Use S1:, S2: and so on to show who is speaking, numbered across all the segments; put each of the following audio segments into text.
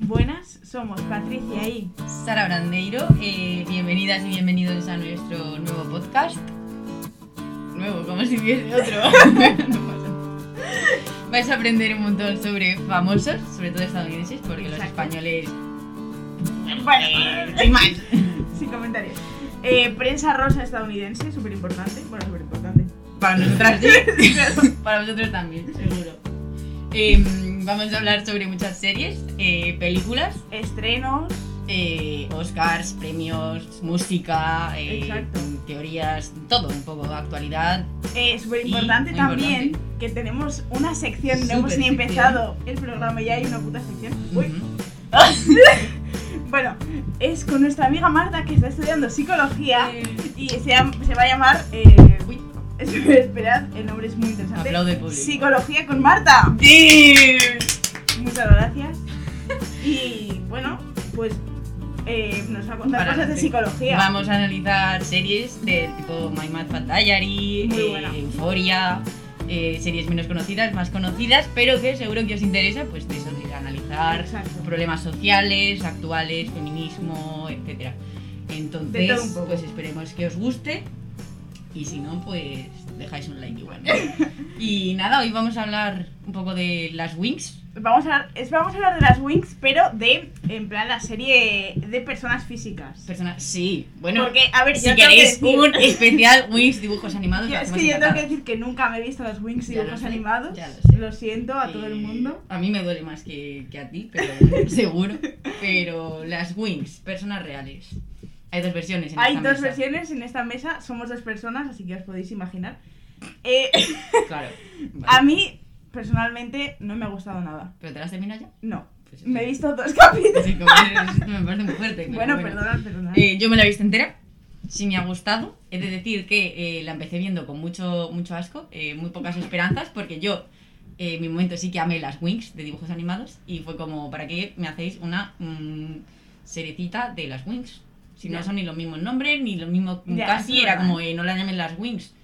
S1: Buenas, somos Patricia y
S2: Sara Brandeiro, eh, bienvenidas y bienvenidos a nuestro nuevo podcast. Nuevo, como si hubiese otro. No pasa. Vais a aprender un montón sobre famosos, sobre todo estadounidenses, porque los
S1: Exacto.
S2: españoles.
S1: Vale,
S2: sin más.
S1: sin comentarios. Eh, prensa rosa estadounidense, súper importante. Bueno, súper importante.
S2: Para nosotras sí, para vosotros también, seguro. Eh, vamos a hablar sobre muchas series, eh, películas,
S1: Estrenos,
S2: eh, Oscars, premios, música, eh,
S1: Exacto.
S2: teorías, todo un poco, actualidad,
S1: eh, súper importante
S2: muy
S1: también que tenemos una sección, no hemos
S2: Súper
S1: ni
S2: sección.
S1: empezado el programa y ya hay una puta sección. Uy.
S2: Ujú.
S1: Bueno, es con nuestra amiga Marta que está estudiando psicología y se, llam- se va a llamar. eh,
S2: Uy.
S1: Esperad, el nombre es muy interesante.
S2: Aplaude público.
S1: Psicología con Marta. Muchas gracias. Y bueno, pues eh, nos va a contar
S2: Para
S1: cosas de
S2: adelante.
S1: psicología.
S2: Vamos a analizar series de tipo My Mad Fat Diary,
S1: Muy buena.
S2: Euforia, series menos conocidas, más conocidas, pero que seguro que os interesa, pues de eso, de analizar
S1: Exacto.
S2: problemas sociales, actuales, feminismo, etcétera.
S1: De todo un
S2: Entonces,
S1: poco.
S2: pues esperemos que os guste y si no, pues dejáis un like igual. y nada, hoy vamos a hablar un poco de las Wings.
S1: Vamos a, hablar, es- vamos a hablar de las Wings, pero de, en plan, la serie de personas físicas.
S2: Personas, sí, bueno,
S1: Porque, a ver,
S2: si
S1: yo tengo que
S2: queréis
S1: decir-
S2: un especial Wings dibujos animados,
S1: Yo-
S2: lo
S1: es
S2: hacemos
S1: que yo tengo que
S2: encantados.
S1: decir que nunca me he visto las Wings
S2: Ya lo
S1: dibujos
S2: sé,
S1: animados.
S2: ya lo sé.
S1: siento a todo el
S2: Eh,
S1: mundo.
S2: A mí me duele más que, que a ti, pero seguro. Pero las Wings, personas reales. Hay dos versiones. En
S1: Hay
S2: esta
S1: dos
S2: mesa,
S1: versiones en esta mesa, somos dos personas, así que os podéis imaginar. Eh,
S2: Claro. vale.
S1: a mí, personalmente, no me ha gustado nada.
S2: ¿Pero te las termino ya?
S1: No,
S2: Pues
S1: me he
S2: eso.
S1: visto dos capítulos.
S2: Sí, como eres- me parece muy fuerte. pero
S1: Bueno, perdonad, perdonad.
S2: Eh, yo me la he visto entera. Sí me ha gustado. He de decir que eh, la empecé viendo con mucho, mucho asco, eh, muy pocas esperanzas, porque yo eh, en mi momento sí que amé las Wings de dibujos animados y fue como, ¿para qué me hacéis una mm, seriecita de las Wings? Si
S1: Ya.
S2: no son ni los mismos nombres, ni lo mismo
S1: Ya,
S2: casi,
S1: es
S2: era
S1: verdad.
S2: como, eh, no la llamen las Wings.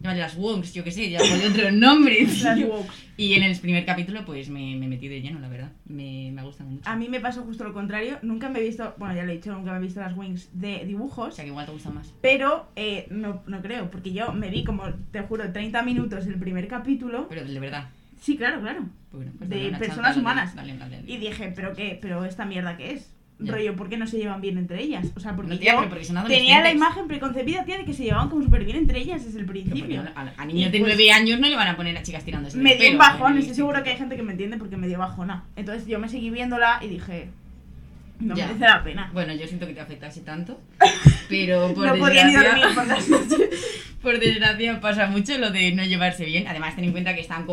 S2: Llámale las Wongs, yo qué sé, ya ponle otro nombre.
S1: Las
S2: tío.
S1: woke.
S2: y en el primer capítulo pues me, me metí de lleno, la verdad. Me, me ha gustado mucho.
S1: A mí me pasó justo lo contrario. Nunca me he visto, bueno, ya lo he dicho, nunca me he visto las Wings de
S2: O
S1: dibujos.
S2: sea que igual te gusta más.
S1: Pero eh, no, no creo, porque yo me vi como, te juro, 30 minutos del primer capítulo.
S2: Pero de verdad.
S1: Sí, claro, claro.
S2: Bueno, pues
S1: De
S2: dale una
S1: personas
S2: chance, dale,
S1: humanas.
S2: dale, dale, dale.
S1: Y dije, ¿pero qué? ¿Pero esta mierda qué es?
S2: Ya.
S1: Rollo, ¿por qué no se llevan bien entre ellas? O sea, porque
S2: No, tía,
S1: yo
S2: pero porque son
S1: tenía la
S2: adolescentes.
S1: imagen preconcebida, tía, de que se llevaban como súper bien entre ellas desde el
S2: Pero porque
S1: principio.
S2: no- A, a niños
S1: Y
S2: de
S1: pues-
S2: 9 años no le van a poner a chicas tirándose.
S1: Me
S2: del
S1: dio un
S2: pelo, eh,
S1: bajón,
S2: en el
S1: estoy segura
S2: instituto.
S1: que hay gente que me entiende porque me dio bajona. Entonces yo me seguí viéndola y dije, no
S2: Ya.
S1: merece la pena.
S2: Bueno, yo siento que te afectase tanto, pero por,
S1: no podía ni dormir
S2: desgracia,
S1: por las noches.
S2: por desgracia pasa mucho lo de no llevarse bien. Además, ten en cuenta que están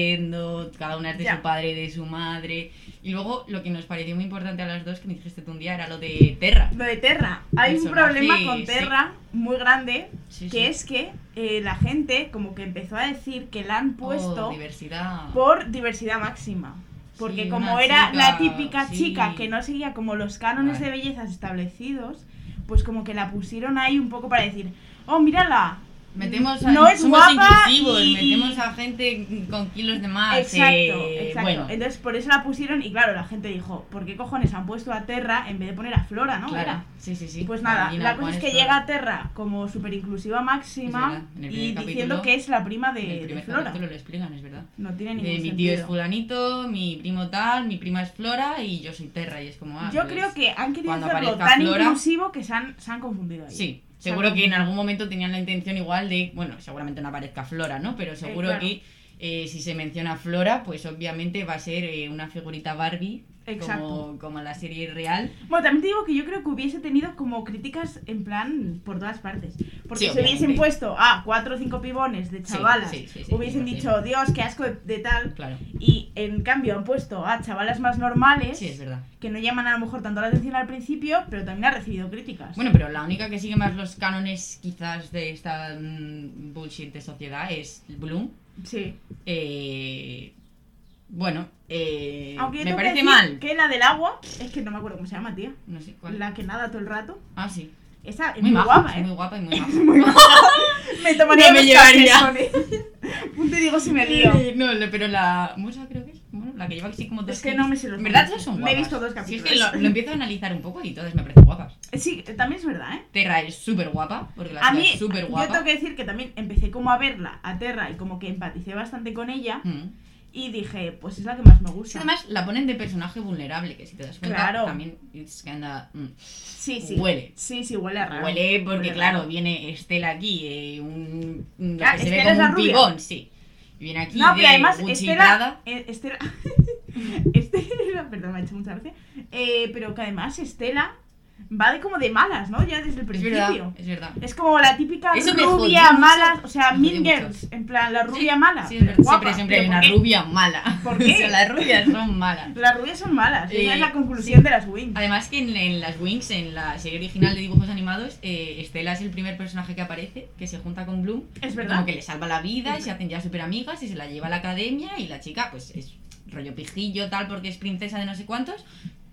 S2: conviviendo, cada una es de
S1: Ya.
S2: su padre y de su madre. Y luego, lo que nos pareció muy importante a las dos, que me dijiste tú un día, era lo de Terra.
S1: Lo de Terra. Hay un
S2: Personaje,
S1: problema con
S2: sí.
S1: Terra muy grande,
S2: Sí, sí.
S1: que es que eh, la gente como que empezó a decir que la han
S2: Oh,
S1: puesto
S2: diversidad.
S1: por diversidad máxima. Porque
S2: Sí,
S1: como
S2: una
S1: era la
S2: chica,
S1: típica
S2: sí.
S1: chica que no seguía como los cánones
S2: Vale.
S1: de bellezas establecidos, pues como que la pusieron ahí un poco para decir, oh, mírala.
S2: Metemos a,
S1: no es
S2: somos
S1: guapa
S2: inclusivos,
S1: y-
S2: metemos a gente con kilos de más.
S1: Exacto,
S2: eh,
S1: exacto.
S2: Bueno,
S1: Entonces por eso la pusieron y claro, la gente dijo, ¿por qué cojones han puesto a Terra en vez de poner a Flora, no?
S2: claro.
S1: Era.
S2: Sí, sí, sí.
S1: Pues nada,
S2: Carolina,
S1: la cosa
S2: Juan
S1: es que
S2: Estrada.
S1: llega a Terra como super inclusiva
S2: Es
S1: máxima
S2: verdad, Pues en el
S1: y
S2: primer
S1: diciendo
S2: capítulo,
S1: que es la prima de,
S2: En el
S1: de
S2: primer
S1: Flora.
S2: capítulo lo explican, es verdad.
S1: No tiene
S2: De
S1: ningún
S2: mi
S1: sentido.
S2: tío es fulanito, mi primo tal, mi prima es Flora y yo soy Terra y es como... Ah,
S1: Yo
S2: pues-
S1: creo que han querido
S2: cuando
S1: hacerlo
S2: aparezca
S1: tan
S2: Flora-
S1: inclusivo que se han, se han confundido ahí.
S2: Sí,
S1: sea,
S2: seguro
S1: como-
S2: que en algún momento tenían la intención igual de, bueno, seguramente no aparezca Flora, ¿no? Pero seguro
S1: claro.
S2: que eh, si se menciona Flora, pues obviamente va a ser eh, una figurita Barbie,
S1: Exacto.
S2: como, como la serie real.
S1: Bueno, también te digo que yo creo que hubiese tenido como críticas en plan por todas partes. Porque
S2: Sí,
S1: si hubiesen
S2: obviamente.
S1: puesto a cuatro o cinco pibones de chavalas,
S2: sí, sí, sí,
S1: hubiesen
S2: sí,
S1: dicho, Dios, qué asco de, de tal.
S2: Claro,
S1: Y en cambio han puesto a chavalas más normales,
S2: sí, es verdad.
S1: que no llaman a lo mejor tanto la atención al principio, pero también ha recibido críticas.
S2: Bueno, pero la única que sigue más los cánones quizás de esta mm, bullshit de sociedad es Bloom.
S1: sí.
S2: Eh, bueno, eh,
S1: Aunque yo
S2: me
S1: tengo que
S2: parece
S1: decir
S2: mal.
S1: Que la del agua, es que no me acuerdo cómo se llama, tía.
S2: No sé cuál.
S1: La que nada todo el rato.
S2: Ah, sí.
S1: Esa es
S2: Muy,
S1: muy,
S2: maja,
S1: guapa,
S2: es
S1: ¿eh?
S2: muy guapa y muy maja.
S1: Me tomaría
S2: No me
S1: los
S2: llevaría.
S1: calcetines. Un te digo si me lío.
S2: Eh, No, lo- pero la musa creo que es. Bueno, la que lleva así como dos
S1: Es que no me sé los
S2: En verdad
S1: nombres.
S2: todas son
S1: Me he
S2: guapas.
S1: visto dos
S2: Si es que
S1: capítulos.
S2: lo, lo empiezo a analizar un poco y todas me parecen guapas.
S1: Eh, Sí, también es verdad, ¿eh?
S2: Terra es súper guapa, porque la
S1: A
S2: tía
S1: mí,
S2: es súper
S1: yo
S2: guapa.
S1: tengo que decir que también empecé como a verla a Terra y como que empaticé bastante con ella y dije, pues es la que más me gusta.
S2: Mm. además la ponen de personaje vulnerable, que si te das cuenta,
S1: Claro.
S2: también es que anda... mm,
S1: sí, sí.
S2: huele.
S1: Sí, sí, huele raro.
S2: Huele porque,
S1: Ah, Huele
S2: claro,
S1: raro.
S2: viene Estela aquí, eh, un, un- lo
S1: Ah,
S2: que se ve
S1: Estela es
S2: como
S1: la
S2: un
S1: rubia.
S2: pibón, sí. Y viene aquí
S1: No,
S2: de
S1: pero además,
S2: Gucci y
S1: Estela,
S2: Prada.
S1: eh, Estela, Estela, perdón, me ha hecho mucha gracia, Eh, pero que además Estela va de como de malas, ¿no? Ya desde el
S2: Es verdad,
S1: principio.
S2: es verdad.
S1: Es como la típica
S2: Eso me
S1: rubia
S2: jodió
S1: mala,
S2: mucho.
S1: o sea,
S2: Me
S1: Mean
S2: jodió
S1: Girls, en plan, la rubia mala,
S2: Sí, es
S1: pero
S2: verdad.
S1: guapa.
S2: siempre siempre hay
S1: ¿Pero
S2: una
S1: por qué?
S2: rubia mala.
S1: ¿Por
S2: O sea,
S1: qué?
S2: las rubias son malas.
S1: Las rubias son malas,
S2: Eh,
S1: esa es la conclusión
S2: sí.
S1: de las Wings.
S2: Además que en, en las Wings, en la serie original de dibujos animados, eh, Estela es el primer personaje que aparece, que se junta con Bloom,
S1: Es
S2: como
S1: verdad.
S2: que le salva la vida y
S1: Es
S2: se hacen ya súper amigas y se la lleva a la academia y la chica pues es rollo pijillo tal porque es princesa de no sé cuántos,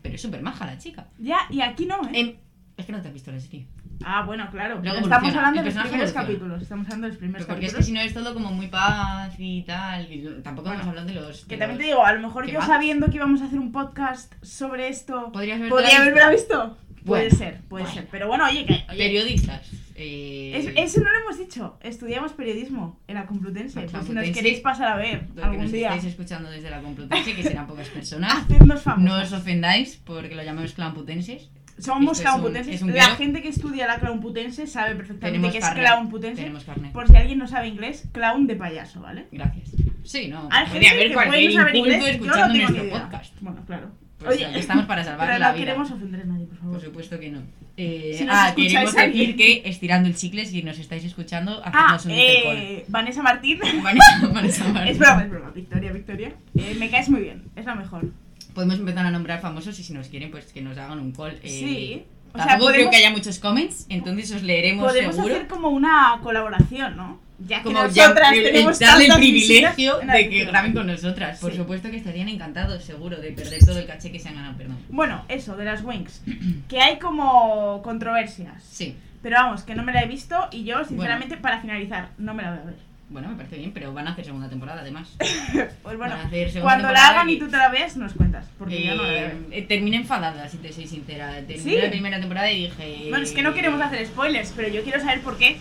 S2: pero es súper maja la chica.
S1: Ya, y aquí no, ¿eh?
S2: Em, es que no te has visto la serie.
S1: Ah, bueno, claro.
S2: Luego
S1: estamos
S2: evoluciona,
S1: hablando
S2: el
S1: de los
S2: personaje
S1: primeros
S2: evoluciona.
S1: capítulos. Estamos hablando de los primeros
S2: Pero porque es que
S1: capítulos.
S2: si no es todo como muy paz y tal. Y no- tampoco
S1: Bueno,
S2: nos hablan de los.
S1: Que
S2: de
S1: también te
S2: los-
S1: digo, a lo mejor
S2: ¿Qué
S1: yo
S2: más?
S1: sabiendo que íbamos a hacer un podcast sobre esto,
S2: Podrías haber
S1: podría haberla visto. Puede
S2: Bueno,
S1: ser, puede
S2: bueno.
S1: ser. Pero bueno, oye, que. oye,
S2: Periodistas. eh,
S1: es- eso no lo hemos dicho. Estudiamos periodismo en la Complutense.
S2: En la
S1: Pues si nos
S2: Complutense.
S1: queréis pasar a ver
S2: lo que
S1: algún
S2: nos
S1: día, Ah,
S2: estáis escuchando desde la Complutense, que serán pocas personas.
S1: hacednos
S2: No os
S1: famosos.
S2: ofendáis porque lo llamamos clanputenses.
S1: Somos
S2: esto es un-
S1: claunputenses.
S2: es un
S1: la
S2: guión.
S1: gente que estudia la claunputense sabe perfectamente
S2: Tenemos
S1: que es
S2: carnet.
S1: claunputense.
S2: Tenemos carne.
S1: Por si alguien no sabe inglés, clown de payaso, ¿vale?
S2: Gracias. Sí, no.
S1: Hay gente
S2: Podría haber
S1: que
S2: cualquier
S1: puede no saber
S2: inculto
S1: inglés. Yo no
S2: escuchando
S1: tengo
S2: nuestro
S1: ni idea.
S2: podcast.
S1: Bueno, claro.
S2: Pues
S1: Oye,
S2: aquí estamos para salvar
S1: Pero
S2: la
S1: no
S2: vida.
S1: queremos ofender a nadie, por favor.
S2: Por supuesto que no. Eh,
S1: Si nos
S2: ah,
S1: escucháis
S2: queremos
S1: alguien.
S2: decir que estirando el chicle, si nos estáis escuchando,
S1: Ah,
S2: hacemos un intercall.
S1: eh, Vanessa Martín.
S2: Vanessa- Vanessa Martín.
S1: Es broma, es broma. Victoria, Victoria. Eh, me caes muy bien, es la mejor.
S2: Podemos empezar a nombrar famosos y si nos quieren, pues que nos hagan un call. eh,
S1: sí. O sea,
S2: Tampoco creo
S1: podemos,
S2: que haya muchos comments, entonces os leeremos
S1: podemos
S2: seguro.
S1: hacer como una colaboración, ¿no? Ya que
S2: como ya
S1: nosotras
S2: el, el
S1: tenemos
S2: darle el
S1: tantas
S2: privilegio
S1: visitas-
S2: de que graben con nosotras. Por
S1: Sí.
S2: supuesto que estarían encantados, seguro, de perder todo el caché que se han ganado, perdón.
S1: Bueno, eso, de las Wings. Que hay como controversias.
S2: Sí,
S1: Pero vamos, que no me la he visto y yo, sinceramente, para finalizar, no me la voy a ver.
S2: bueno, me parece bien, pero van a hacer segunda temporada además.
S1: Pues bueno,
S2: van a hacer segunda
S1: cuando la
S2: temporada
S1: hagan
S2: y-
S1: y tú te la veas, nos cuentas. Porque yo no la voy a ver.
S2: Eh, eh, terminé enfadada, si te soy sincera. Terminé
S1: ¿Sí?
S2: la primera temporada y dije.
S1: Bueno, es que no queremos hacer spoilers, pero yo quiero saber por qué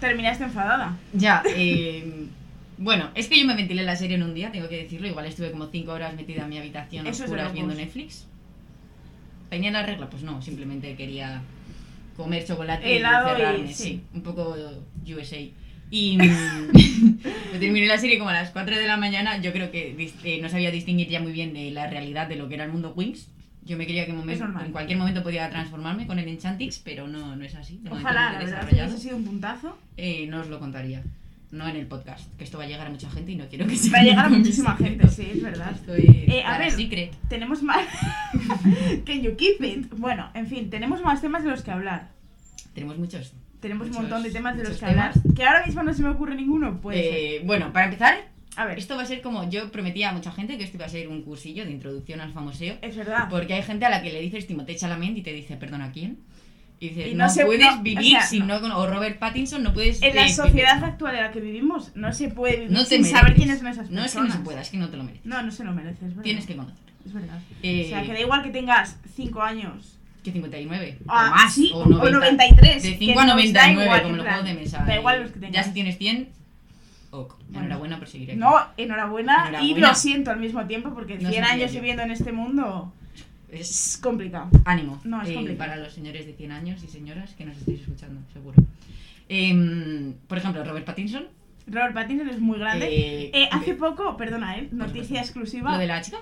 S1: terminaste enfadada.
S2: Ya, eh, bueno, es que yo me ventilé la serie en un día, tengo que decirlo. Igual estuve como 5 horas metida en mi habitación a
S1: Eso es pues. de
S2: oscuras
S1: locos.
S2: viendo Netflix. ¿Tenía la regla? Pues no, simplemente quería comer chocolate
S1: Helado
S2: y
S1: y-
S2: cerrarme, sí.
S1: sí.
S2: Un poco USA. Y mm, me terminé la serie como a las 4 de la mañana. Yo creo que dis- eh, no sabía distinguir ya muy bien de la realidad de lo que era el mundo Wings. Yo me creía que en momen-
S1: Es normal.
S2: en cualquier momento podía transformarme con el Enchantix, pero no, no es así. de momento
S1: Ojalá, la
S2: no lo he
S1: verdad,
S2: desarrollado.
S1: hubiese sido un puntazo.
S2: Eh, no os lo contaría. No en el podcast, que esto va a llegar a mucha gente y no quiero que se
S1: Va a llegar a
S2: entere
S1: muchísima
S2: mi
S1: gente,
S2: secreto.
S1: sí, es verdad.
S2: Esto es
S1: Eh, a
S2: para
S1: ver.
S2: secret.
S1: Tenemos más. que you keep it. Bueno, en fin, tenemos más temas de los que hablar.
S2: Tenemos muchos.
S1: Tenemos
S2: Muchos-
S1: un montón de temas de los
S2: muchos
S1: que hablar.
S2: temas.
S1: Que ahora mismo no se me ocurre ninguno, pues.
S2: Eh, bueno, para empezar,
S1: A ver,
S2: esto va a ser como yo prometía a mucha gente que esto iba a ser un cursillo de introducción al famoseo.
S1: es verdad.
S2: Porque hay gente a la que le dices Timothée Chalamet y te dice, perdona, ¿a quién? Y dices,
S1: Y
S2: no,
S1: no se-
S2: puedes
S1: no,
S2: vivir
S1: o sea,
S2: si
S1: no.
S2: no con- O Robert Pattinson, no puedes.
S1: En la
S2: eh,
S1: sociedad
S2: vivir.
S1: actual en la que vivimos, no se puede vivir
S2: No te
S1: sin
S2: mereces.
S1: saber quiénes son esas personas.
S2: No es que no se pueda, es que no te lo mereces.
S1: No, no se lo mereces, es verdad.
S2: Tienes que conocer.
S1: Es verdad.
S2: Eh,
S1: O sea, que da igual que tengas 5 años.
S2: que 59
S1: Ah,
S2: o más
S1: sí,
S2: o
S1: o
S2: 90,
S1: 93,
S2: de
S1: que
S2: 5
S1: nos
S2: a
S1: da
S2: 99
S1: igual,
S2: como
S1: en
S2: los
S1: plan,
S2: juegos de mesa
S1: da
S2: eh,
S1: igual los que
S2: ya
S1: tengas.
S2: si tienes 100 ok enhorabuena por seguir aquí
S1: No, enhorabuena, y
S2: Enhorabuena.
S1: lo siento al mismo tiempo porque
S2: No
S1: 100
S2: sabía
S1: años
S2: yo.
S1: viviendo en este mundo
S2: es
S1: es complicado.
S2: ánimo
S1: No, es
S2: eh,
S1: complicado.
S2: para los señores de 100 años y señoras que nos estéis escuchando seguro Em, por ejemplo Robert Pattinson
S1: Robert Pattinson es muy grande.
S2: eh,
S1: Eh, hace poco, perdona, ¿eh? noticia
S2: lo
S1: exclusiva.
S2: de la chica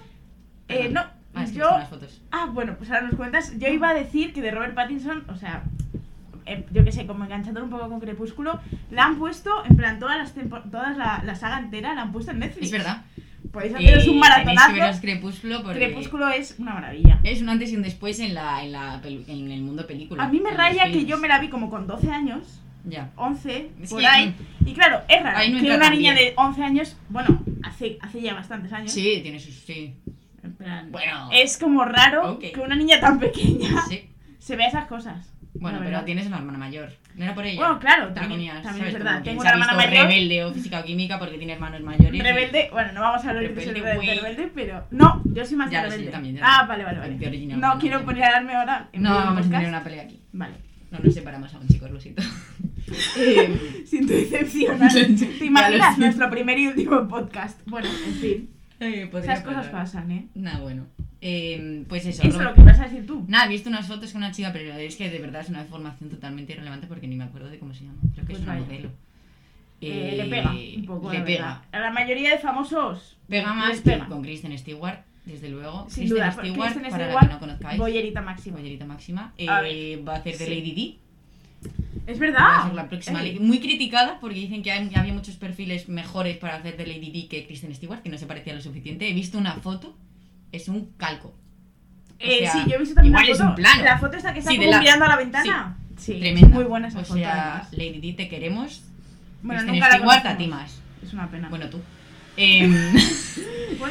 S1: Eh,
S2: Perdón.
S1: no,
S2: ah, es que he
S1: yo.
S2: visto unas fotos
S1: Ah, bueno, pues ahora nos cuentas. Yo iba a decir que de Robert Pattinson, o sea, eh, yo qué sé, como enganchándolo un poco con Crepúsculo, la han puesto, en plan, todas las tempo- todas la, la saga entera la han puesto en Netflix.
S2: es verdad
S1: Podéis
S2: Eh,
S1: haceros un
S2: tenéis que veros
S1: maratonazo.
S2: Crepúsculo porque
S1: Crepúsculo es una maravilla.
S2: es un antes y un después en la en, la pelu- en el mundo película
S1: A mí me
S2: en los
S1: raya que
S2: films.
S1: yo me la vi como con 12 años,
S2: ya
S1: 11,
S2: Es
S1: por
S2: que-
S1: ahí. Y claro, es raro
S2: Ahí no
S1: que
S2: entra
S1: una
S2: tan
S1: niña
S2: bien.
S1: de 11 años, bueno, hace, hace ya bastantes años.
S2: sí tiene sus sí
S1: en plan,
S2: bueno
S1: ¿Eh? Es como raro
S2: Ok.
S1: que una niña tan pequeña
S2: Sí,
S1: se vea esas cosas.
S2: Bueno,
S1: La
S2: pero
S1: verdad.
S2: tienes una hermana mayor. No era por ella.
S1: Bueno, claro,
S2: Tú
S1: también-
S2: tenías,
S1: también es
S2: ¿sabes? Tú
S1: verdad.
S2: que
S1: Tengo
S2: se ha
S1: una hermana
S2: visto
S1: mayor.
S2: rebelde o física o química porque tiene hermanos mayores.
S1: Rebelde, bueno, no vamos a hablar de que soy
S2: Rebelde,
S1: rebelde,
S2: güey.
S1: rebelde, pero. No, yo soy más
S2: Ya lo sé,
S1: rebelde.
S2: yo también, ya lo
S1: ah,
S2: sé.
S1: vale, vale, vale.
S2: Parecía original,
S1: no
S2: bueno,
S1: quiero
S2: ya.
S1: poner a darme ahora. en
S2: No
S1: medio del
S2: vamos a
S1: podcast.
S2: tener una pelea aquí.
S1: Vale.
S2: No nos separamos aún, chicos, lo siento. Eh,
S1: Sin tu decepcionar. ¿Te
S2: Ya lo
S1: imaginas
S2: sé.
S1: nuestro primer y último podcast? Bueno, en fin.
S2: eh, podría
S1: Esas cosas
S2: pasar.
S1: pasan, ¿eh?
S2: Nada, bueno. Eh, pues eso.
S1: Eso es
S2: Robert-
S1: lo que vas a decir tú.
S2: Nada, he visto unas fotos con una chica, pero es que de verdad es una formación totalmente irrelevante porque ni me acuerdo de cómo se llama. Creo que
S1: Pues
S2: es una
S1: vaya.
S2: modelo.
S1: Eh,
S2: Eh,
S1: le pega un poco.
S2: Le
S1: la
S2: pega.
S1: verdad. A la mayoría de famosos.
S2: Pega
S1: les
S2: más que
S1: pega.
S2: con Kristen Stewart, desde luego.
S1: Sin
S2: Kristen
S1: duda.
S2: Stewart,
S1: Kristen
S2: este para la
S1: Stewart,
S2: que no conozcáis,
S1: Boyerita máxima.
S2: Boyerita máxima,
S1: A
S2: eh, va a hacer de
S1: sí.
S2: Lady Di.
S1: Es
S2: va a
S1: verdad.
S2: ser la próxima
S1: Eh,
S2: Lady- Muy criticada porque dicen que hay- había muchos perfiles mejores para hacer de Lady Di que Kristen Stewart, que no se parecía lo suficiente. He visto una foto, es un calco.
S1: eh,
S2: sea,
S1: sí, yo he visto también
S2: igual
S1: la
S2: es
S1: foto.
S2: un plano.
S1: La foto esta que está
S2: Sí, de
S1: como
S2: lado.
S1: mirando a la ventana. Sí,
S2: Tremenda.
S1: muy buena esa
S2: O
S1: foto.
S2: sea,
S1: además.
S2: Lady Di, te queremos.
S1: bueno,
S2: Kristen
S1: nunca la
S2: Stewart, a
S1: conocimos.
S2: ti más.
S1: Es una pena. Bueno,
S2: Bueno, tú. Em,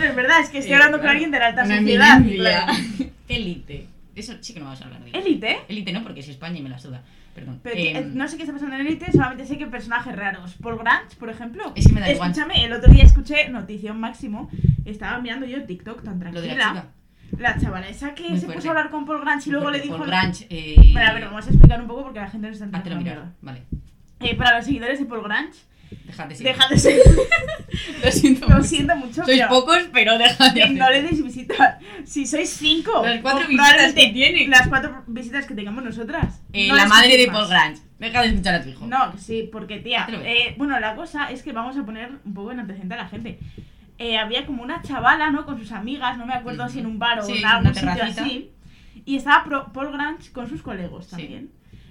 S1: es verdad, es que estoy
S2: eh,
S1: hablando con
S2: claro,
S1: alguien de la alta
S2: una
S1: sociedad.
S2: eminencia.
S1: claro.
S2: Élite. Eso sí que no vamos a hablar de ello.
S1: Élite.
S2: Élite no, porque es España y me la suda. Perdón.
S1: Pero que-
S2: Em,
S1: eh, no sé qué está pasando en Elite, solamente sé que personajes raros. Paul Grant, por ejemplo.
S2: Es que me da igual.
S1: Escúchame, el otro día escuché Notición Máximo. Estaba mirando yo TikTok tan
S2: Lo
S1: tranquila.
S2: de la chica.
S1: La chavala esa que
S2: Muy
S1: se
S2: fuerte.
S1: puso a hablar con Paul Grant y luego le dijo.
S2: Por Grange. Eh,
S1: Bueno, a ver, vamos a explicar un poco porque la gente no está
S2: Hátelo
S1: entendiendo.
S2: mirar.
S1: mierda.
S2: Vale.
S1: Eh, para los seguidores de Paul Grant,
S2: Déjate. sí.
S1: dejad de ser.
S2: Lo siento.
S1: Lo
S2: mucho.
S1: siento mucho,
S2: Sois
S1: pero
S2: pocos, pero dejad de
S1: que no
S2: hacer.
S1: le deis visitas. Si sois cinco,
S2: Las cuatro
S1: o
S2: visitas
S1: probablemente
S2: que tiene.
S1: Las cuatro visitas que tengamos nosotras.
S2: Eh,
S1: no
S2: la
S1: las
S2: madre de
S1: escuchéis más.
S2: Paul Grange. Deja de escuchar a tu hijo.
S1: No, sí, porque tía,
S2: Hazlo bien.
S1: eh, bueno, la cosa es que vamos a poner un poco en antecedente a la gente. Eh, había como una chavala, ¿no? Con sus amigas, no me acuerdo si en un bar o
S2: Sí,
S1: en
S2: en
S1: algún
S2: una
S1: sitio
S2: terracita.
S1: así. Y estaba Pro- Paul Grange con sus colegas
S2: Sí.
S1: también.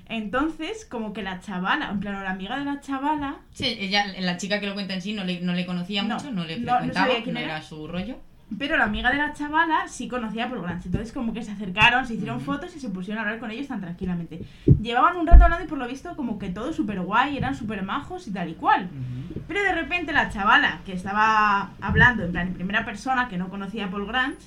S1: Entonces, como que la chavala, en plano, la amiga de la chavala,
S2: Sí, ella, la chica que lo cuenta en sí no le, no le conocía
S1: No,
S2: mucho, no le
S1: no- no
S2: frecuentaba,
S1: sabía quién
S2: no
S1: era.
S2: era su rollo.
S1: pero la amiga de la chavala sí conocía a Paul Grange. Entonces, como que se acercaron, se hicieron
S2: Ujú.
S1: fotos y se pusieron a hablar con ellos tan tranquilamente. Llevaban un rato hablando y por lo visto, como que todo súper guay, eran súper majos y tal y cual. Pero de repente la chavala que estaba hablando en plan en primera persona, que no conocía a Paul Grant,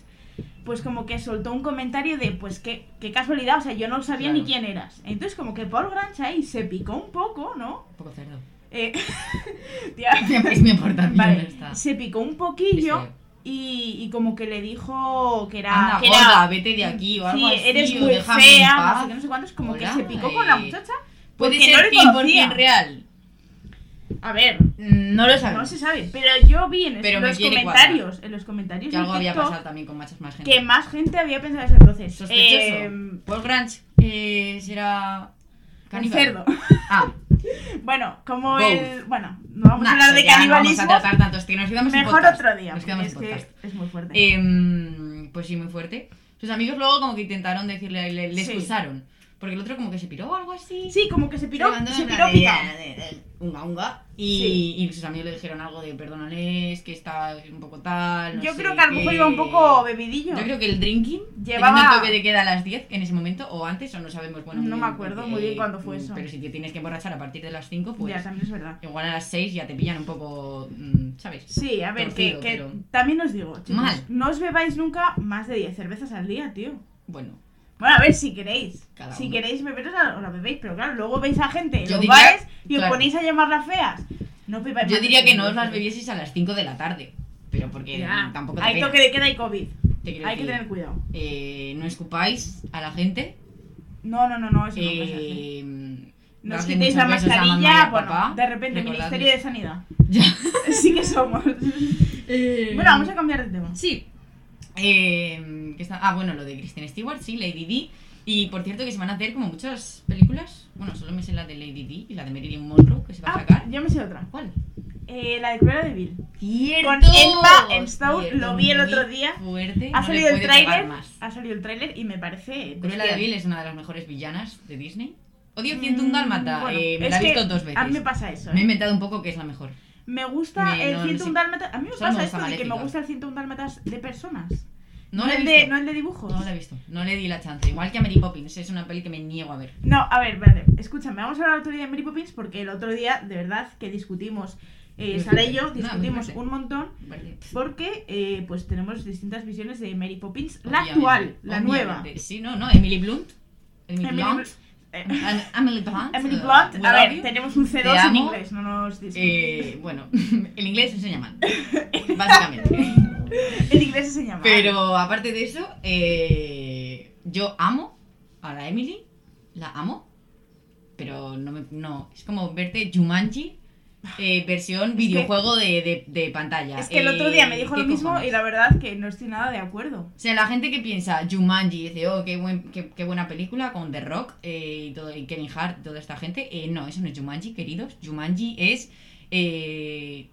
S1: pues como que soltó un comentario de, pues qué, qué casualidad, o sea, yo no sabía
S2: Claro.
S1: ni quién eras. Entonces como que Paul Grant ahí se picó un poco, ¿no?
S2: Un poco cerdo.
S1: Eh, tía,
S2: es mi aportación.
S1: vale,
S2: esta.
S1: se picó un
S2: Es
S1: poquillo
S2: feo.
S1: y, y como que le dijo que era...
S2: Anda,
S1: que
S2: gorda,
S1: era-
S2: vete de aquí o algo
S1: sí,
S2: así.
S1: eres
S2: o
S1: muy
S2: déjame en
S1: fea,
S2: paz.
S1: no sé qué, no sé cuántos, como
S2: Hola,
S1: que se picó con la
S2: eh,
S1: muchacha.
S2: Puede
S1: porque no
S2: ser
S1: le
S2: 100%
S1: conocía.
S2: real.
S1: A ver,
S2: Mm, No lo sabemos.
S1: no se sabe, pero yo vi en
S2: Pero me
S1: los
S2: quiere
S1: comentarios, en los comentarios
S2: que
S1: de
S2: algo había
S1: TikTok,
S2: pasado también con muchas más gente.
S1: que más gente había pensado ese entonces.
S2: Sospechoso.
S1: Eh,
S2: Paul Grange eh, será.
S1: un
S2: caníbal.
S1: cerdo.
S2: Ah,
S1: Bueno, como
S2: Both.
S1: el. Bueno, no vamos
S2: nah,
S1: a hablar de
S2: ya no vamos
S1: canibalismo.
S2: a tratar tantos que nos quedamos en
S1: Mejor
S2: podcast.
S1: otro día.
S2: Nos
S1: porque
S2: quedamos
S1: es
S2: en
S1: que
S2: podcast. Eh,
S1: es muy fuerte.
S2: Em, pues sí, muy fuerte. Sus amigos luego como que intentaron decirle, le, le
S1: Sí.
S2: excusaron. Porque el otro como que se piró o algo así.
S1: sí, como que se piró,
S2: levantó
S1: se
S2: en
S1: piró
S2: plan de-
S1: picado.
S2: de- de- unga, unga. Y, y sus amigos le dijeron algo de perdónales, que está un poco tal. no
S1: Yo
S2: sé
S1: creo que a lo mejor
S2: qué".
S1: iba un poco bebidillo.
S2: Yo creo que el drinking
S1: Llevaba-
S2: llevaba. el toque de queda a las 10 en ese momento o antes, o no sabemos. Bueno, muy
S1: No me
S2: bien,
S1: acuerdo
S2: porque,
S1: muy bien cuándo fue
S2: mm,
S1: eso.
S2: Pero si te tienes que emborrachar a partir de las 5, pues.
S1: Ya, también es verdad.
S2: Igual a las 6 ya te pillan un poco. mm, ¿Sabes?
S1: Sí, a ver, que,
S2: Torcido,
S1: que
S2: pero-
S1: también os digo, chicos,
S2: Mal.
S1: no os bebáis nunca más de 10 cervezas al día, tío.
S2: Bueno,
S1: Bueno, a ver, si queréis.
S2: Cada
S1: si
S2: uno.
S1: queréis beberos, os la bebéis. Pero claro, luego veis a gente en
S2: Yo
S1: los
S2: diría-
S1: bares y os
S2: claro.
S1: ponéis a llamarlas feas. No bebáis
S2: yo
S1: más
S2: diría
S1: de
S2: que
S1: 10
S2: no os las
S1: cervezas.
S2: bebieseis a las 5 de la tarde. Pero porque
S1: Ya.
S2: mm, tampoco te
S1: Hay
S2: pena.
S1: toque de queda y COVID.
S2: Te quiero
S1: Hay que
S2: decir,
S1: tener cuidado.
S2: eh, no escupáis a la gente.
S1: No, no, no, no, eso no pasa. sí.
S2: Eh,
S1: Nos
S2: dadle
S1: quitéis
S2: muchos
S1: la
S2: besos a mamá y
S1: mascarilla,
S2: a
S1: bueno,
S2: papá,
S1: de repente,
S2: recordadles-
S1: Ministerio de Sanidad.
S2: Ya.
S1: Sí que somos. Bueno, vamos a cambiar de tema.
S2: Sí. Eh, que está- Ah, bueno, lo de Kristen Stewart, sí, Lady Di. Y por cierto que se van a hacer como muchas películas. Bueno, solo me sé la de Lady Di y la de Marilyn Monroe que se va a
S1: Ah,
S2: sacar.
S1: yo me sé otra.
S2: ¿Cuál?
S1: Eh, la de Cruella de Bill.
S2: Cierto.
S1: Con Emma Stone, lo vi el
S2: muy
S1: otro día.
S2: Fuerte.
S1: Ha
S2: no le
S1: salido el
S2: puede pegar
S1: tráiler. Ah,
S2: más.
S1: Ha salido el tráiler y me parece.
S2: Cruella de
S1: hostia.
S2: Vil es una de las mejores villanas de Disney. Odio
S1: Mm,
S2: 101 Dálmata.
S1: bueno,
S2: eh, me
S1: es
S2: la he
S1: que
S2: visto dos veces.
S1: A mí me pasa eso.
S2: Me he
S1: ¿eh?
S2: inventado un poco que es la mejor.
S1: Me gusta
S2: me-
S1: el
S2: no, no
S1: 101
S2: sé.
S1: dálmatas. A mí me
S2: Solo me
S1: pasa esto
S2: gusta
S1: de que me
S2: Maléfica.
S1: gusta el 101 dálmatas de personas.
S2: No, la he
S1: el
S2: visto.
S1: de, no el de dibujos.
S2: No la he visto. No le di la chance. Igual que a Mary Poppins. Es una peli que me niego a ver.
S1: No, a ver, vale, escúchame, vamos a hablar otro día de Mary Poppins porque el otro día, de verdad, que discutimos, eh,
S2: Muy
S1: Sara y
S2: fuerte.
S1: yo
S2: No,
S1: discutimos
S2: muy fuerte.
S1: un montón
S2: Vale.
S1: porque eh, pues tenemos distintas visiones de Mary Poppins, la
S2: Obviamente,
S1: actual, la
S2: obviamente.
S1: nueva.
S2: Sí, no, no, Emily Blunt. Emily,
S1: Emily
S2: Blunt.
S1: Blunt. eh,
S2: Am- Emily Blunt.
S1: Emily
S2: eh,
S1: Blunt,
S2: we
S1: a ver,
S2: love you.
S1: tenemos un C2
S2: Te
S1: en
S2: amo.
S1: inglés, no nos dis-
S2: Eh, bueno, el inglés enseña mal, básicamente.
S1: En inglés se llama.
S2: Pero aparte de eso, eh, yo amo a la Emily, la amo, pero no me, no, es como verte Jumanji eh, versión videojuego de, de- de pantalla.
S1: Es que el otro
S2: Eh,
S1: día me dijo
S2: ¿qué
S1: lo mismo
S2: cojones?
S1: y la verdad que no estoy nada de acuerdo.
S2: O sea, la gente que piensa Jumanji, dice, oh, qué, buen- qué, qué buena película con The Rock eh, y, todo, y Kevin Hart, toda esta gente. Eh, no, eso no es Jumanji, queridos. Jumanji es eh,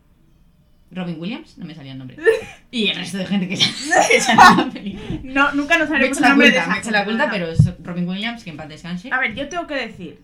S2: Robin Williams, no me salía el nombre. Y el resto de gente que sale, en la película.
S1: pues No, nunca nos
S2: Me
S1: haremos
S2: echa
S1: el
S2: la
S1: nombre de
S2: culpa,
S1: esa
S2: me echa la
S1: gente, no,
S2: culpa,
S1: no.
S2: pero es Robin Williams, que en paz descanse.
S1: A ver, yo tengo que decir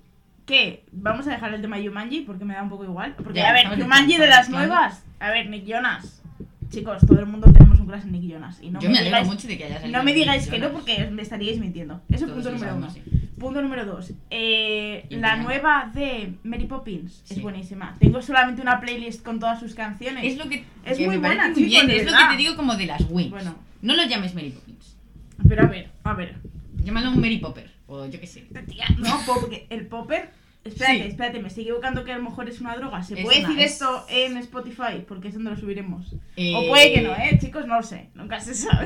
S1: que vamos a dejar el tema Yumanji porque me da un poco igual. Porque,
S2: Ya,
S1: a ver,
S2: estamos
S1: Yumanji de
S2: descansando,
S1: las
S2: claro.
S1: nuevas. A ver, Nick Jonas. Chicos, todo el mundo tenemos un crush en Nick Jonas. Y no
S2: Yo me alegro
S1: digáis,
S2: mucho de que haya salido.
S1: No me
S2: Nick
S1: digáis que no
S2: Jonas.
S1: porque me estaríais mintiendo. Eso es
S2: Todos
S1: punto
S2: lo
S1: número uno.
S2: sabemos, sí.
S1: Punto número dos. Eh,
S2: Y
S1: la
S2: Rihanna.
S1: nueva de Mary Poppins es
S2: Sí.
S1: buenísima. Tengo solamente una playlist con todas sus canciones.
S2: Es lo que,
S1: Es
S2: que
S1: muy
S2: me parece
S1: buena,
S2: muy
S1: chicos,
S2: bien,
S1: de
S2: es lo que
S1: verdad.
S2: te digo como de las Wings.
S1: Bueno.
S2: No lo llames Mary Poppins.
S1: Pero a ver, a ver.
S2: Llámalo un Mary Popper, o yo qué sé.
S1: Tía, No, porque el popper. Espérate,
S2: Sí.
S1: espérate, me estoy equivocando que a lo mejor es una droga. ¿Se
S2: Es
S1: puede
S2: una-
S1: decir
S2: es-
S1: esto en Spotify? Porque es donde lo subiremos. O
S2: Eh,
S1: puede que no, ¿eh? Chicos, no lo sé. Nunca se sabe.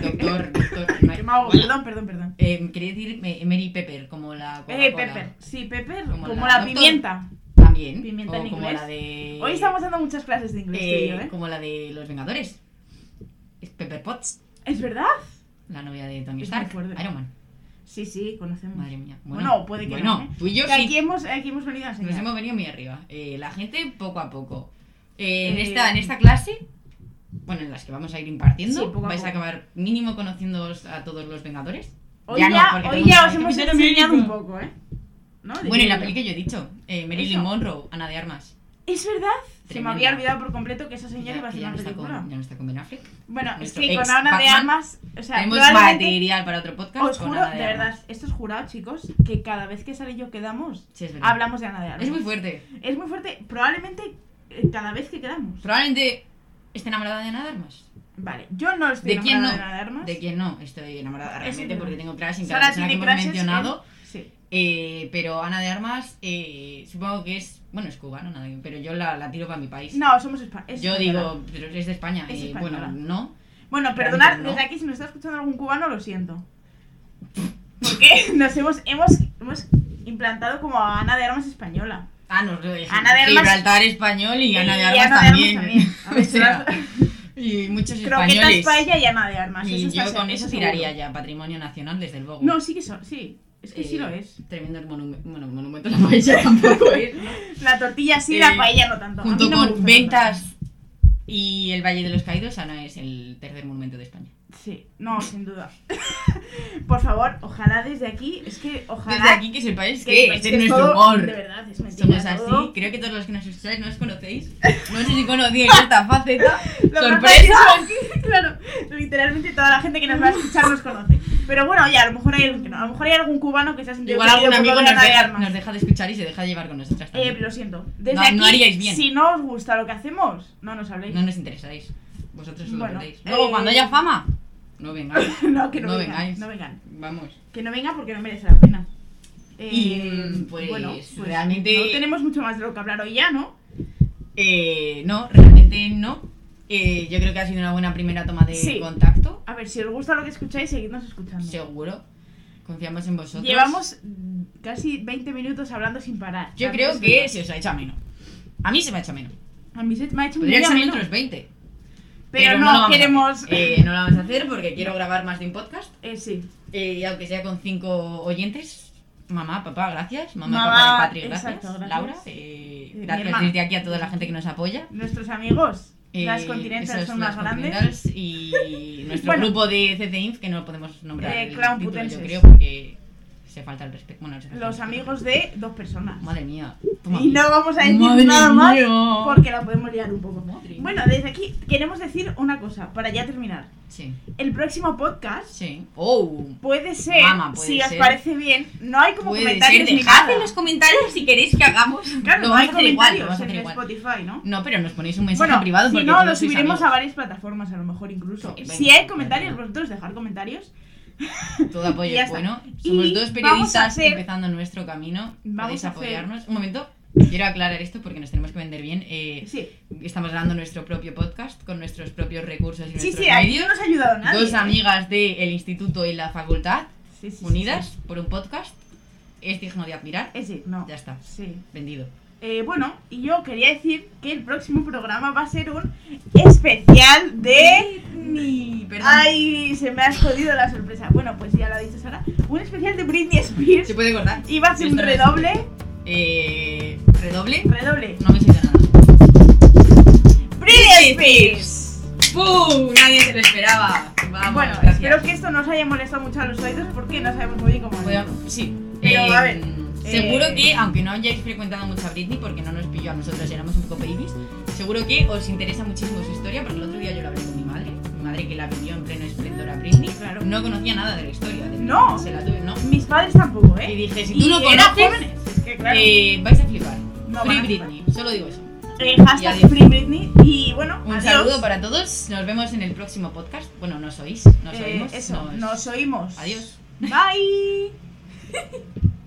S2: Doctor, doctor. Ma-
S1: Que me hago-
S2: Hola.
S1: Perdón, perdón, perdón.
S2: Eh, quería decir eh, Mary Pepper, como la.
S1: Eh,
S2: Coca-Cola.
S1: Pepper. Sí, Pepper,
S2: Como
S1: como,
S2: la
S1: la,
S2: doctor.
S1: pimienta.
S2: También.
S1: Pimienta
S2: o
S1: en
S2: como
S1: inglés.
S2: la de.
S1: Hoy estamos dando muchas clases de inglés, tú y
S2: eh,
S1: yo, ¿eh?
S2: Como la de Los Vengadores. Es Pepper Potts,
S1: ¿Es verdad?
S2: la novia de Tony
S1: Es muy
S2: Stark.
S1: fuerte.
S2: Iron Man.
S1: Sí, sí, conocemos.
S2: Madre mía.
S1: Bueno, puede que
S2: bueno,
S1: no, ¿eh?
S2: tú y yo
S1: Que
S2: sí.
S1: aquí, hemos, aquí hemos venido a
S2: Nos
S1: enseñar.
S2: hemos venido muy arriba. Eh, la gente poco a poco. Eh, en,
S1: Eh,
S2: esta, en esta clase, bueno, en las que vamos a ir impartiendo,
S1: Sí, poco a
S2: vais a,
S1: poco.
S2: acabar mínimo conociendo a todos los Vengadores.
S1: Hoy
S2: Ya
S1: ya,
S2: no, porque
S1: hoy
S2: tenemos
S1: ya
S2: el
S1: os hemos
S2: Capitán América.
S1: enseñado un poco, ¿eh? ¿No? Diría
S2: Bueno, y la
S1: yo.
S2: peli que yo he dicho, eh, Marilyn
S1: Eso.
S2: Monroe, Ana de Armas.
S1: ¿Es verdad? Se me
S2: Tremenda.
S1: había olvidado por completo que esa señora iba a
S2: que
S1: ser una
S2: no está con,
S1: película.
S2: ya no está con Ben Affleck.
S1: Bueno, es
S2: Nuestro
S1: que
S2: ex
S1: con Ana de
S2: Batman.
S1: Armas, o sea,
S2: Tenemos
S1: probablemente-
S2: material para otro podcast.
S1: os
S2: con
S1: juro,
S2: Ana
S1: de,
S2: Armas.
S1: verdad, esto es jurado, chicos, que cada vez que sale yo quedamos,
S2: Sí, es verdad.
S1: hablamos de Ana de Armas.
S2: Es muy fuerte.
S1: Es muy fuerte, probablemente eh, cada vez que quedamos.
S2: Probablemente esté enamorada de Ana de Armas.
S1: Vale, yo no estoy
S2: ¿De quién
S1: enamorada
S2: no?
S1: de Ana de Armas.
S2: De quien no estoy enamorada
S1: Es
S2: realmente
S1: verdad.
S2: porque tengo crush en cada
S1: Sara
S2: persona
S1: tiene
S2: que
S1: ¿eh?
S2: hemos
S1: crashes en-
S2: mencionado.
S1: Sí.
S2: Eh, pero Ana de Armas, eh, supongo que es. Bueno, es cubana, nada, pero yo la, la tiro para mi país.
S1: No, somos espa- es
S2: yo
S1: española.
S2: digo, pero es de España.
S1: Es
S2: eh,
S1: española.
S2: bueno, no.
S1: Bueno,
S2: Para mí
S1: perdonad,
S2: no.
S1: desde aquí si nos está escuchando algún cubano, lo siento. Porque nos hemos, hemos, hemos implantado como a Ana de Armas española.
S2: Ah, no, es
S1: Ana de Armas-
S2: Gibraltar español y Ana de
S1: Y
S2: Armas
S1: Ana de
S2: también.
S1: también. A ver,
S2: O sea,
S1: será-
S2: y muchos
S1: croquetas
S2: españoles.
S1: paella y Ana de Armas.
S2: Y
S1: está
S2: yo
S1: se-
S2: con eso
S1: seguro.
S2: tiraría ya patrimonio nacional, desde luego.
S1: No, sí que son, sí. Es que sí
S2: Eh,
S1: lo es.
S2: Tremendo el monumento. Bueno, monumento la paella tampoco es. ¿no?
S1: La tortilla sí, la
S2: eh,
S1: paella no tanto. A mí no
S2: Junto
S1: me gusta
S2: con
S1: tanto.
S2: Ventas y el Valle de los Caídos, Ana es el tercer monumento de España.
S1: Sí, no, sin duda. Por favor, ojalá desde aquí, es que ojalá.
S2: Desde aquí que sepáis
S1: que-
S2: que,
S1: que
S2: este
S1: es
S2: es
S1: todo-
S2: nuestro humor.
S1: De verdad, es mentira.
S2: Somos así,
S1: todo.
S2: creo que todos los que nos escucháis no os conocéis. No sé si conocéis esta faceta.
S1: Lo que pasa es que
S2: Sorpresa.
S1: somos- claro, literalmente toda la gente que nos va a escuchar nos conoce. Pero bueno, ya, a lo mejor hay, algún que no, a lo mejor hay algún cubano que se ha sentido
S2: Igual
S1: ofendido
S2: algún
S1: por lo
S2: amigo
S1: de Ana
S2: nos
S1: de
S2: deja,
S1: Armas.
S2: nos deja de escuchar y se deja llevar con nosotras
S1: Eh,
S2: también.
S1: lo siento. Desde
S2: No-
S1: aquí,
S2: no haríais bien.
S1: si no os gusta lo que hacemos, no nos habléis.
S2: No nos interesáis. Vosotros os lo
S1: Bueno,
S2: perdéis. Luego,
S1: eh,
S2: cuando haya fama, no vengáis.
S1: No, que no,
S2: No
S1: vengan,
S2: vengáis.
S1: No vengan.
S2: Vamos.
S1: Que no venga porque no merece la pena. Eh,
S2: Y, pues, realmente-
S1: No tenemos mucho más de lo que hablar hoy ya, ¿no?
S2: Eh, no, realmente no. Eh, yo creo que ha sido una buena primera toma de
S1: Sí.
S2: contacto.
S1: A ver, si os gusta lo que escucháis, seguidnos escuchando.
S2: Seguro. Confiamos en vosotros.
S1: Llevamos mm, casi 20 minutos hablando sin parar.
S2: Yo
S1: También
S2: creo
S1: es
S2: que
S1: verdad.
S2: se os ha hecho ameno. A mí se me ha hecho ameno.
S1: A mí se me ha hecho un
S2: Podría
S1: día
S2: ser
S1: menos,
S2: otros 20.
S1: Pero
S2: lo
S1: no,
S2: vamos a
S1: queremos...
S2: hacer. Eh, no lo vamos a hacer porque quiero grabar más de un podcast.
S1: Eh, sí.
S2: Eh, y aunque sea con cinco oyentes. Mamá, papá, gracias. Mamá,
S1: Mamá,
S2: papá de Patri, gracias.
S1: exacto, gracias.
S2: Laura, eh,
S1: mi
S2: gracias
S1: hermana.
S2: desde aquí a toda la gente que nos apoya.
S1: Nuestros amigos, las
S2: Eh,
S1: continentales
S2: esos,
S1: son
S2: las
S1: más grandes.
S2: Continentals Y nuestro
S1: Bueno.
S2: grupo de CCINF, que no lo podemos nombrar.
S1: Eh,
S2: el
S1: Clown
S2: título, yo
S1: Putenses.
S2: creo, porque se falta el respeto. Bueno, se falta el
S1: Los
S2: respeto.
S1: amigos de dos personas.
S2: Madre mía.
S1: Y no vamos a decir nada más porque la podemos liar un poco.
S2: Madre.
S1: Bueno, desde aquí queremos decir una cosa para ya terminar.
S2: Sí,
S1: El próximo podcast
S2: sí. ¡Oh!
S1: puede ser,
S2: Mama, puede
S1: si os
S2: ser.
S1: parece bien, no hay como
S2: Puede ser,
S1: comentarios ni
S2: dejad
S1: nada.
S2: en los comentarios si queréis que hagamos.
S1: Claro,
S2: lo
S1: no
S2: vamos
S1: hay
S2: a hacer igual,
S1: comentarios
S2: lo vamos a hacer
S1: en
S2: igual.
S1: Spotify, ¿no?
S2: No, pero nos ponéis un mensaje
S1: Bueno,
S2: privado
S1: si
S2: porque
S1: no,
S2: todos
S1: lo
S2: sois
S1: subiremos a
S2: amigos.
S1: varias plataformas, a lo mejor incluso.
S2: Sí,
S1: si
S2: venga,
S1: hay comentarios,
S2: venga.
S1: vosotros dejar comentarios.
S2: Todo apoyo
S1: Y ya
S2: es
S1: está.
S2: bueno.
S1: Y
S2: Somos dos
S1: vamos a
S2: periodistas
S1: hacer-
S2: empezando nuestro camino.
S1: Vamos
S2: Podéis
S1: a hacer-
S2: apoyarnos. Un momento, quiero aclarar esto porque nos tenemos que vender bien. Eh,
S1: Sí,
S2: estamos grabando nuestro propio podcast con nuestros propios recursos y
S1: sí,
S2: nuestros
S1: sí, aquí
S2: medios.
S1: no nos ha ayudado nadie. ¿eh?
S2: Dos amigas del instituto y la facultad
S1: Sí, sí, sí,
S2: unidas
S1: sí.
S2: por un podcast. Es digno de admirar.
S1: Eh, sí, no.
S2: Ya está,
S1: Sí.
S2: vendido.
S1: Eh, bueno, y yo quería decir que el próximo programa va a ser un especial de...
S2: Ni, perdón.
S1: Ay, se me ha escondido la sorpresa. Bueno, pues ya lo ha dicho Sara. Un especial de Britney Spears.
S2: Se puede cortar.
S1: Y va a ser un
S2: Nuestra-
S1: redoble.
S2: Eh, redoble.
S1: Redoble.
S2: No me he nada.
S1: Britney Spears.
S2: ¡Pum! Nadie se lo esperaba. Vamos,
S1: Bueno,
S2: gracias.
S1: espero que esto no os haya molestado mucho a los oídos porque no sabemos muy bien cómo ha
S2: Bueno,
S1: ido.
S2: sí.
S1: Pero, a ver,
S2: seguro
S1: eh,
S2: que, aunque no hayáis frecuentado mucho a Britney, porque no nos pilló a nosotros, éramos un poco babies, seguro que os interesa muchísimo su historia, porque el otro día yo lo hablé con mi madre, mi madre que la vivió en pleno esplendor a Britney,
S1: Claro.
S2: no conocía nada de la historia. de-
S1: No.
S2: Se la tuve, no.
S1: Mis padres tampoco,
S2: Y
S1: ¿eh?
S2: dije, si tú no
S1: eran
S2: conoces,
S1: jóvenes. Es que claro.
S2: eh, vais a flipar.
S1: no van
S2: Free
S1: a flipar.
S2: Britney, solo digo eso.
S1: Eh,
S2: Y
S1: hashtag
S2: adiós.
S1: Free Britney. Y bueno,
S2: Un
S1: adiós.
S2: saludo para todos, nos vemos en el próximo podcast. Bueno, nos oís, nos
S1: Eh,
S2: oímos.
S1: Eso,
S2: nos-
S1: nos oímos.
S2: Adiós.
S1: Bye.